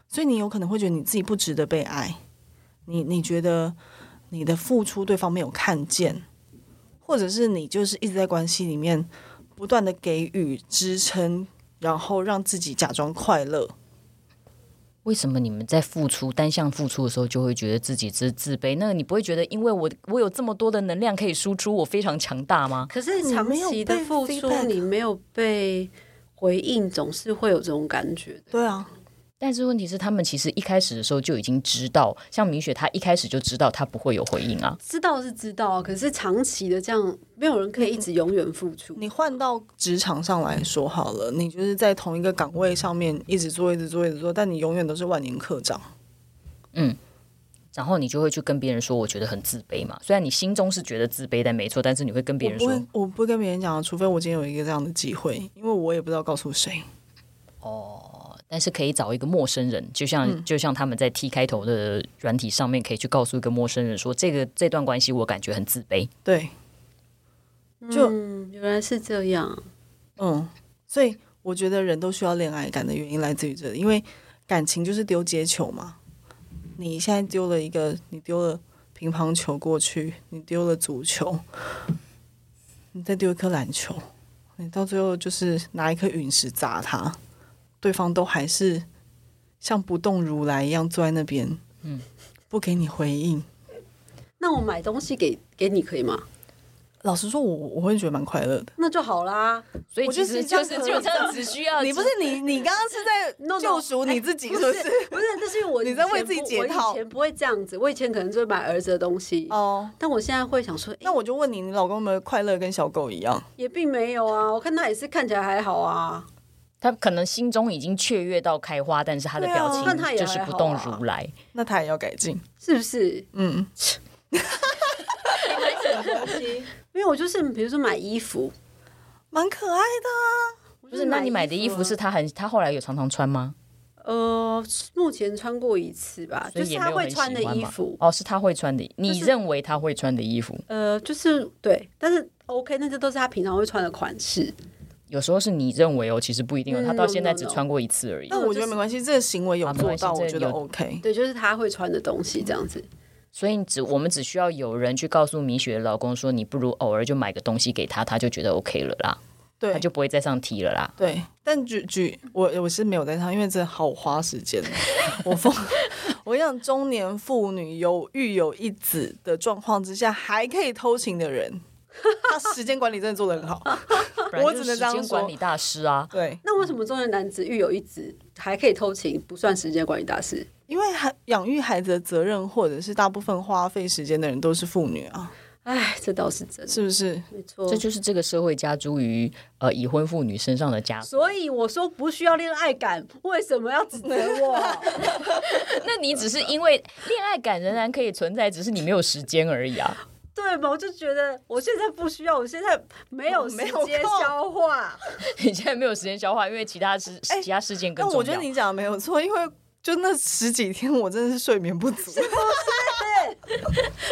[SPEAKER 1] 所以你有可能会觉得你自己不值得被爱，你你觉得你的付出对方没有看见，或者是你就是一直在关系里面不断的给予支撑，然后让自己假装快乐，
[SPEAKER 2] 为什么你们在付出单向付出的时候，就会觉得自己是自卑？那你不会觉得，因为我我有这么多的能量可以输出，我非常强大吗？
[SPEAKER 3] 可是
[SPEAKER 1] 你
[SPEAKER 3] 长
[SPEAKER 1] 没有
[SPEAKER 3] 期的
[SPEAKER 1] 被
[SPEAKER 3] 付出，
[SPEAKER 1] feedback
[SPEAKER 3] 你没有被回应，总是会有这种感觉的。
[SPEAKER 1] 对啊，
[SPEAKER 2] 但是问题是，他们其实一开始的时候就已经知道，像米雪，她一开始就知道她不会有回应啊。
[SPEAKER 3] 知道是知道，可是长期的这样，没有人可以一直永远付出。
[SPEAKER 1] 你换到职场上来说好了，你就是在同一个岗位上面一直做，一直做，一直做，但你永远都是万年科长。
[SPEAKER 2] 然后你就会去跟别人说，我觉得很自卑嘛。虽然你心中是觉得自卑但没错，但是你会跟别
[SPEAKER 1] 我
[SPEAKER 2] 人
[SPEAKER 1] 不
[SPEAKER 2] 说
[SPEAKER 1] 会，，我不会跟别人讲啊，除非我今天有一个这样的机会，因为我也不知道告诉谁。
[SPEAKER 2] 但是可以找一个陌生人，就像、
[SPEAKER 1] 嗯
[SPEAKER 2] 就像他们在 T 开头的软体上面，可以去告诉一个陌生人说，这个这段关系我感觉很自卑。
[SPEAKER 1] 对，就
[SPEAKER 3] 嗯，原来是这样。
[SPEAKER 1] 嗯，所以我觉得人都需要恋爱感的原因来自于这里，因为感情就是丢接球嘛。你现在丢了一个，你丢了乒乓球过去，你丢了足球，你再丢一颗篮球，你到最后就是拿一颗陨石砸他，对方都还是像不动如来一样坐在那边，嗯，不给你回应。
[SPEAKER 3] 那我买东西给给你可以吗？
[SPEAKER 1] 老实说我，我我会觉得蛮快乐的。
[SPEAKER 3] 那就好啦。
[SPEAKER 2] 所以
[SPEAKER 1] 我觉
[SPEAKER 2] 其
[SPEAKER 1] 得
[SPEAKER 2] 实
[SPEAKER 1] 是这
[SPEAKER 2] 就
[SPEAKER 1] 样
[SPEAKER 2] 是
[SPEAKER 1] 可以
[SPEAKER 2] 就这 样，只需要
[SPEAKER 1] 你不哦是你，你刚刚是
[SPEAKER 3] No, no.
[SPEAKER 1] 在救赎你自己，是不是？
[SPEAKER 3] 不是，这是因为我
[SPEAKER 1] 你
[SPEAKER 3] 以
[SPEAKER 1] 在
[SPEAKER 3] 前
[SPEAKER 1] 为自己
[SPEAKER 3] 不
[SPEAKER 1] 解套
[SPEAKER 3] 我以前不会这样子，我以前可能就会买儿子的东西，
[SPEAKER 1] 哦，
[SPEAKER 3] 但我现在会想说，诶
[SPEAKER 1] 那我就问你，你老公有没有快乐跟小狗一样？
[SPEAKER 3] 也并没有啊。我看他也是看起来还好啊。
[SPEAKER 2] 他可能心中已经雀跃到开花，但是他的
[SPEAKER 1] 对啊
[SPEAKER 2] 表情
[SPEAKER 3] 但他也
[SPEAKER 2] 就是不动如来。
[SPEAKER 1] 那他也要改进。
[SPEAKER 3] 是不是？
[SPEAKER 1] 嗯，
[SPEAKER 3] 因为我就是比如说买衣服，
[SPEAKER 1] 蛮可爱的啊。
[SPEAKER 3] 不
[SPEAKER 2] 不是，那你买的衣服是他很他后来有常常穿吗？
[SPEAKER 3] 呃，目前穿过一次
[SPEAKER 1] 啊
[SPEAKER 3] 吧，
[SPEAKER 2] 所
[SPEAKER 3] 就
[SPEAKER 2] 以
[SPEAKER 3] 是
[SPEAKER 2] 也没
[SPEAKER 3] 他
[SPEAKER 2] 有很
[SPEAKER 3] 会
[SPEAKER 2] 喜
[SPEAKER 3] 穿的
[SPEAKER 2] 欢
[SPEAKER 3] 衣
[SPEAKER 2] 嘛
[SPEAKER 3] 服，
[SPEAKER 2] 哦，是他会穿的，你认为他会穿的衣服，
[SPEAKER 3] 呃，就是对，但是 OK，那这都是他平常会穿的款式。
[SPEAKER 2] 有时候是你认为哦，其实不一定哦，
[SPEAKER 3] 嗯
[SPEAKER 2] 他到现在只
[SPEAKER 3] no, no, no
[SPEAKER 2] 穿过一次而已。
[SPEAKER 1] 但我觉得没关系，这个行为有
[SPEAKER 2] 啊没
[SPEAKER 1] 做
[SPEAKER 2] 关系
[SPEAKER 1] 到，
[SPEAKER 2] 这
[SPEAKER 1] 我觉得
[SPEAKER 2] 有
[SPEAKER 1] OK。
[SPEAKER 3] 对，就是他会穿的东西这样子。
[SPEAKER 2] 所以你只我们只需要有人去告诉米雪的老公说，你不如偶尔就买个东西给他，他就觉得 OK 了啦，他
[SPEAKER 1] 对
[SPEAKER 2] 就不会再上 T 了 啦。
[SPEAKER 1] 对，但举举我我是没有在上，因为真的好花时间。哦我疯，我想中年妇女有育有一子的状况之下，还可以偷情的人，他时间管理真的做得很好。
[SPEAKER 2] 不然
[SPEAKER 1] 我
[SPEAKER 2] 就
[SPEAKER 1] 只能
[SPEAKER 2] 是时
[SPEAKER 1] 这样
[SPEAKER 2] 间
[SPEAKER 1] 说
[SPEAKER 2] 管 理大师啊，
[SPEAKER 1] 对，
[SPEAKER 3] 那为什么中年男子育有一子还可以偷情，不算时间管理大师？
[SPEAKER 1] 因为孩养育孩子的责任，或者是大部分花费时间的人都是妇女
[SPEAKER 2] 哦
[SPEAKER 1] 啊，
[SPEAKER 3] 哎，这倒是真的，
[SPEAKER 1] 是不是？
[SPEAKER 3] 没错
[SPEAKER 2] 这。就是这个社会加诸于呃已婚妇女身上的枷锁。
[SPEAKER 3] 所以我说不需要恋爱感，为什么要指责我？
[SPEAKER 2] 那你只是因为恋爱感仍然可以存在，只是你没有时间而已啊。
[SPEAKER 3] 对嘛？我就觉得我现在不需要，我现在没有时
[SPEAKER 1] 哦没有
[SPEAKER 3] 间
[SPEAKER 1] 空
[SPEAKER 3] 消化。
[SPEAKER 2] 你现在没有时间消化，因为其他事、
[SPEAKER 1] 哎
[SPEAKER 2] 其他事件更
[SPEAKER 1] 但
[SPEAKER 2] 重要。
[SPEAKER 1] 我觉得你讲的没有错，因为就那十几天，我真的是睡眠不 足。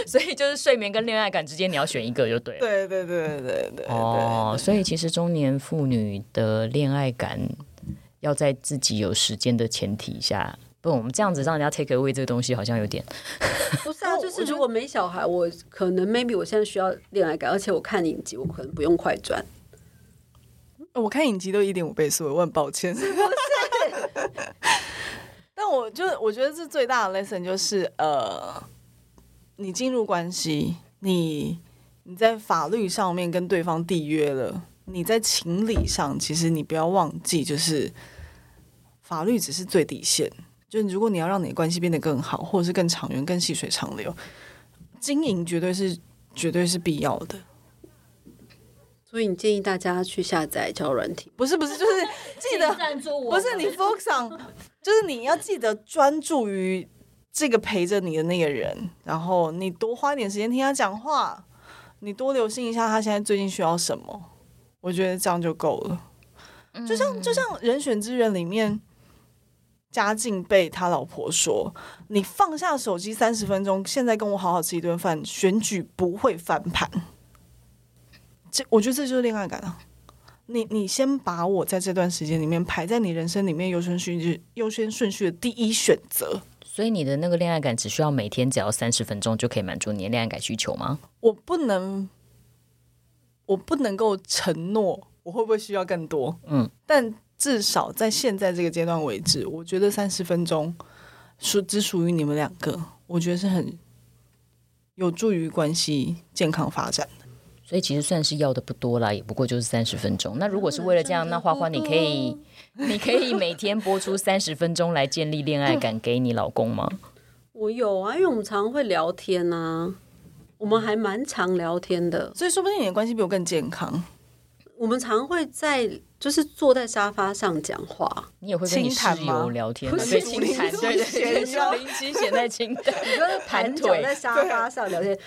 [SPEAKER 2] 所以就是睡眠跟恋爱感之间，你要选一个就对了。
[SPEAKER 1] 对对对对对对。
[SPEAKER 2] 哦，所以其实中年妇女的恋爱感要在自己有时间的前提下，不，我们这样子让人家 take away 这个东西好像有点
[SPEAKER 3] 不是啊，
[SPEAKER 1] 我
[SPEAKER 3] 就是
[SPEAKER 1] 我觉
[SPEAKER 3] 如果没小孩，我可能 maybe 我现在需要恋爱感，而且我看影集，我可能不用快转。
[SPEAKER 1] 呃我看影集都一点五倍速，我很抱歉。 但我就我觉得这最大的 lesson 就是，呃，你进入关系，你你在法律上面跟对方缔约了，你在情理上，其实你不要忘记，就是法律只是最底线。就是如果你要让你的关系变得更好，或者是更长远、更细水长流，经营绝对是绝对是必要的。
[SPEAKER 3] 所以你建议大家去下载交友软体，
[SPEAKER 1] 不是 不是，就是记得
[SPEAKER 4] 赞助我
[SPEAKER 1] 不
[SPEAKER 4] 们，
[SPEAKER 1] 是你 focus on，就是 你要记得专注于这个陪着你的那个人，然后你多花一点时间听他讲话，你多留心一下他现在最近需要什么，我觉得这样就够了。
[SPEAKER 4] 嗯
[SPEAKER 1] 就像就像《人选之人》里面，嘉靖被他老婆说：“你放下手机三十分钟，现在跟我好好吃一顿饭，选举不会翻盘。”这我觉得这就是恋爱感啊！你你先把我在这段时间里面排在你人生里面优先顺序优先顺序的第一选择。
[SPEAKER 2] 所以你的那个恋爱感只需要每天只要三十分钟就可以满足你的恋爱感需求吗？
[SPEAKER 1] 我不能，我不能够承诺我会不会需要更多，
[SPEAKER 2] 嗯，
[SPEAKER 1] 但至少在现在这个阶段为止，我觉得三十分钟属只属于你们两个，我觉得是很有助于关系健康发展的。
[SPEAKER 2] 所以其实算是要的不多啦，也不过就是三十分钟。那如果是为了这样，那花花你可以，你可以每天播出三十分钟来建立恋爱感给你老公吗？
[SPEAKER 3] 我有啊，因为我们常常会聊天啊，我们还蛮常聊天的。
[SPEAKER 1] 所以说不定你的关系比我更健康，
[SPEAKER 3] 我们常会在就是坐在沙发上讲话，
[SPEAKER 2] 你也会跟你室
[SPEAKER 1] 清谈吗
[SPEAKER 2] 友聊天吗，
[SPEAKER 1] 不是
[SPEAKER 2] 对清谈，
[SPEAKER 1] 竹
[SPEAKER 2] 对
[SPEAKER 1] 林七贤
[SPEAKER 2] 对对，
[SPEAKER 1] 要
[SPEAKER 2] 林七贤在清谈，盘
[SPEAKER 3] 盘脚
[SPEAKER 2] 腿
[SPEAKER 3] 在沙发上聊天。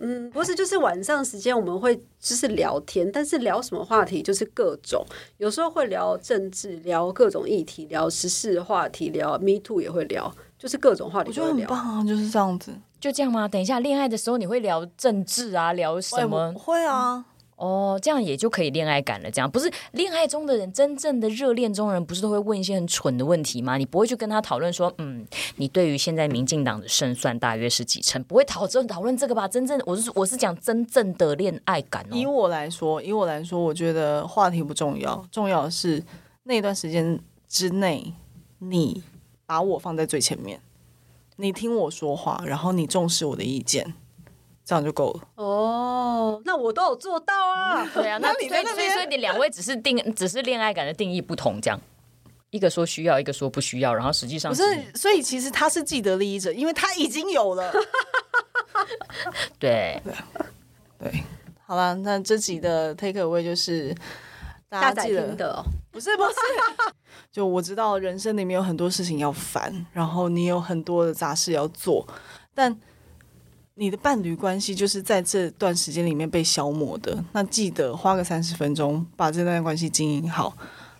[SPEAKER 3] 嗯，不是，就是晚上时间我们会就是聊天，但是聊什么话题就是各种，有时候会聊政治，聊各种议题，聊时事话题，聊 Me Too 也会聊，就是各种话
[SPEAKER 1] 我
[SPEAKER 3] 题
[SPEAKER 1] 觉
[SPEAKER 3] 都
[SPEAKER 1] 得
[SPEAKER 3] 会
[SPEAKER 1] 很
[SPEAKER 3] 聊。
[SPEAKER 1] 棒啊，就是这样子。
[SPEAKER 2] 就这样吗？等一下，恋爱的时候你会聊政治啊，聊什
[SPEAKER 1] 哎
[SPEAKER 2] 么
[SPEAKER 1] 我？会啊，
[SPEAKER 2] 哦，这样也就可以恋爱感了。这样不是恋爱中的人，真正的热恋中人，不是都会问一些很蠢的问题吗？你不会去跟他讨论说，嗯，你对于现在民进党的胜算大约是几成？不会讨论讨论这个吧？真正我是我是讲真正的恋爱感
[SPEAKER 1] 以
[SPEAKER 2] 哦。
[SPEAKER 1] 我来说，以我来说，我觉得话题不重要，重要的是那段时间之内，你把我放在最前面，你听我说话，然后你重视我的意见，这样就够了。
[SPEAKER 3] 哦，那我都有做到
[SPEAKER 1] 嗯
[SPEAKER 3] 啊。
[SPEAKER 2] 对啊，那所以
[SPEAKER 1] 你在那
[SPEAKER 2] 所以
[SPEAKER 1] 边
[SPEAKER 2] 所以你两位只是定只是恋爱感的定义不同，这样一个说需要，一个说不需要，然后实际上
[SPEAKER 1] 不是，所以其实他是既得利益者，因为他已经有 了。
[SPEAKER 2] 对。
[SPEAKER 1] 对，好了，那这集的 take away 就是大
[SPEAKER 3] 下
[SPEAKER 1] 家
[SPEAKER 3] 载
[SPEAKER 1] 记得
[SPEAKER 3] 听的哦，
[SPEAKER 1] 不是不是， 就我知道人生里面有很多事情要烦，然后你有很多的杂事要做，但你的伴侣关系就是在这段时间里面被消磨的。那记得花个三十分钟把这段关系经营好，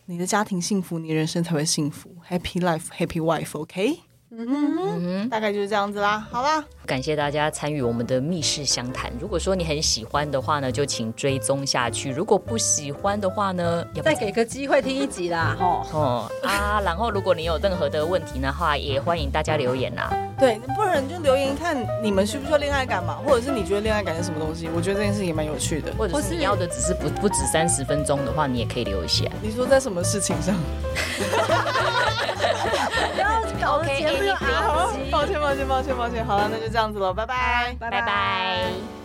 [SPEAKER 1] 你的家庭幸福，你人生才会幸福。Happy life, happy wife, OK？嗯哼，大概就是这样子啦。好啦，
[SPEAKER 2] 感谢大家参与我们的密室相谈。如果说你很喜欢的话呢，就请追踪下去；如果不喜欢的话呢，也不
[SPEAKER 3] 再给个机会听一集啦，吼。
[SPEAKER 2] 哦啊。然后，如果你有任何的问题的话，也欢迎大家留言啊啦。
[SPEAKER 1] 对，不然你就留言看你们需不需要恋爱感嘛，或者是你觉得恋爱感是什么东西？我觉得这件事也蛮有趣的。
[SPEAKER 2] 或者
[SPEAKER 3] 或
[SPEAKER 2] 是
[SPEAKER 3] 是
[SPEAKER 2] 你要的只是不不止三十分钟的话，你也可以留一些。
[SPEAKER 1] 你说在什么事情上？
[SPEAKER 3] 不要搞得节目
[SPEAKER 2] OK，anything
[SPEAKER 3] 又啊
[SPEAKER 1] 好，抱歉，抱歉，抱歉，抱歉。好了，那就这样子了，拜拜。
[SPEAKER 2] 拜拜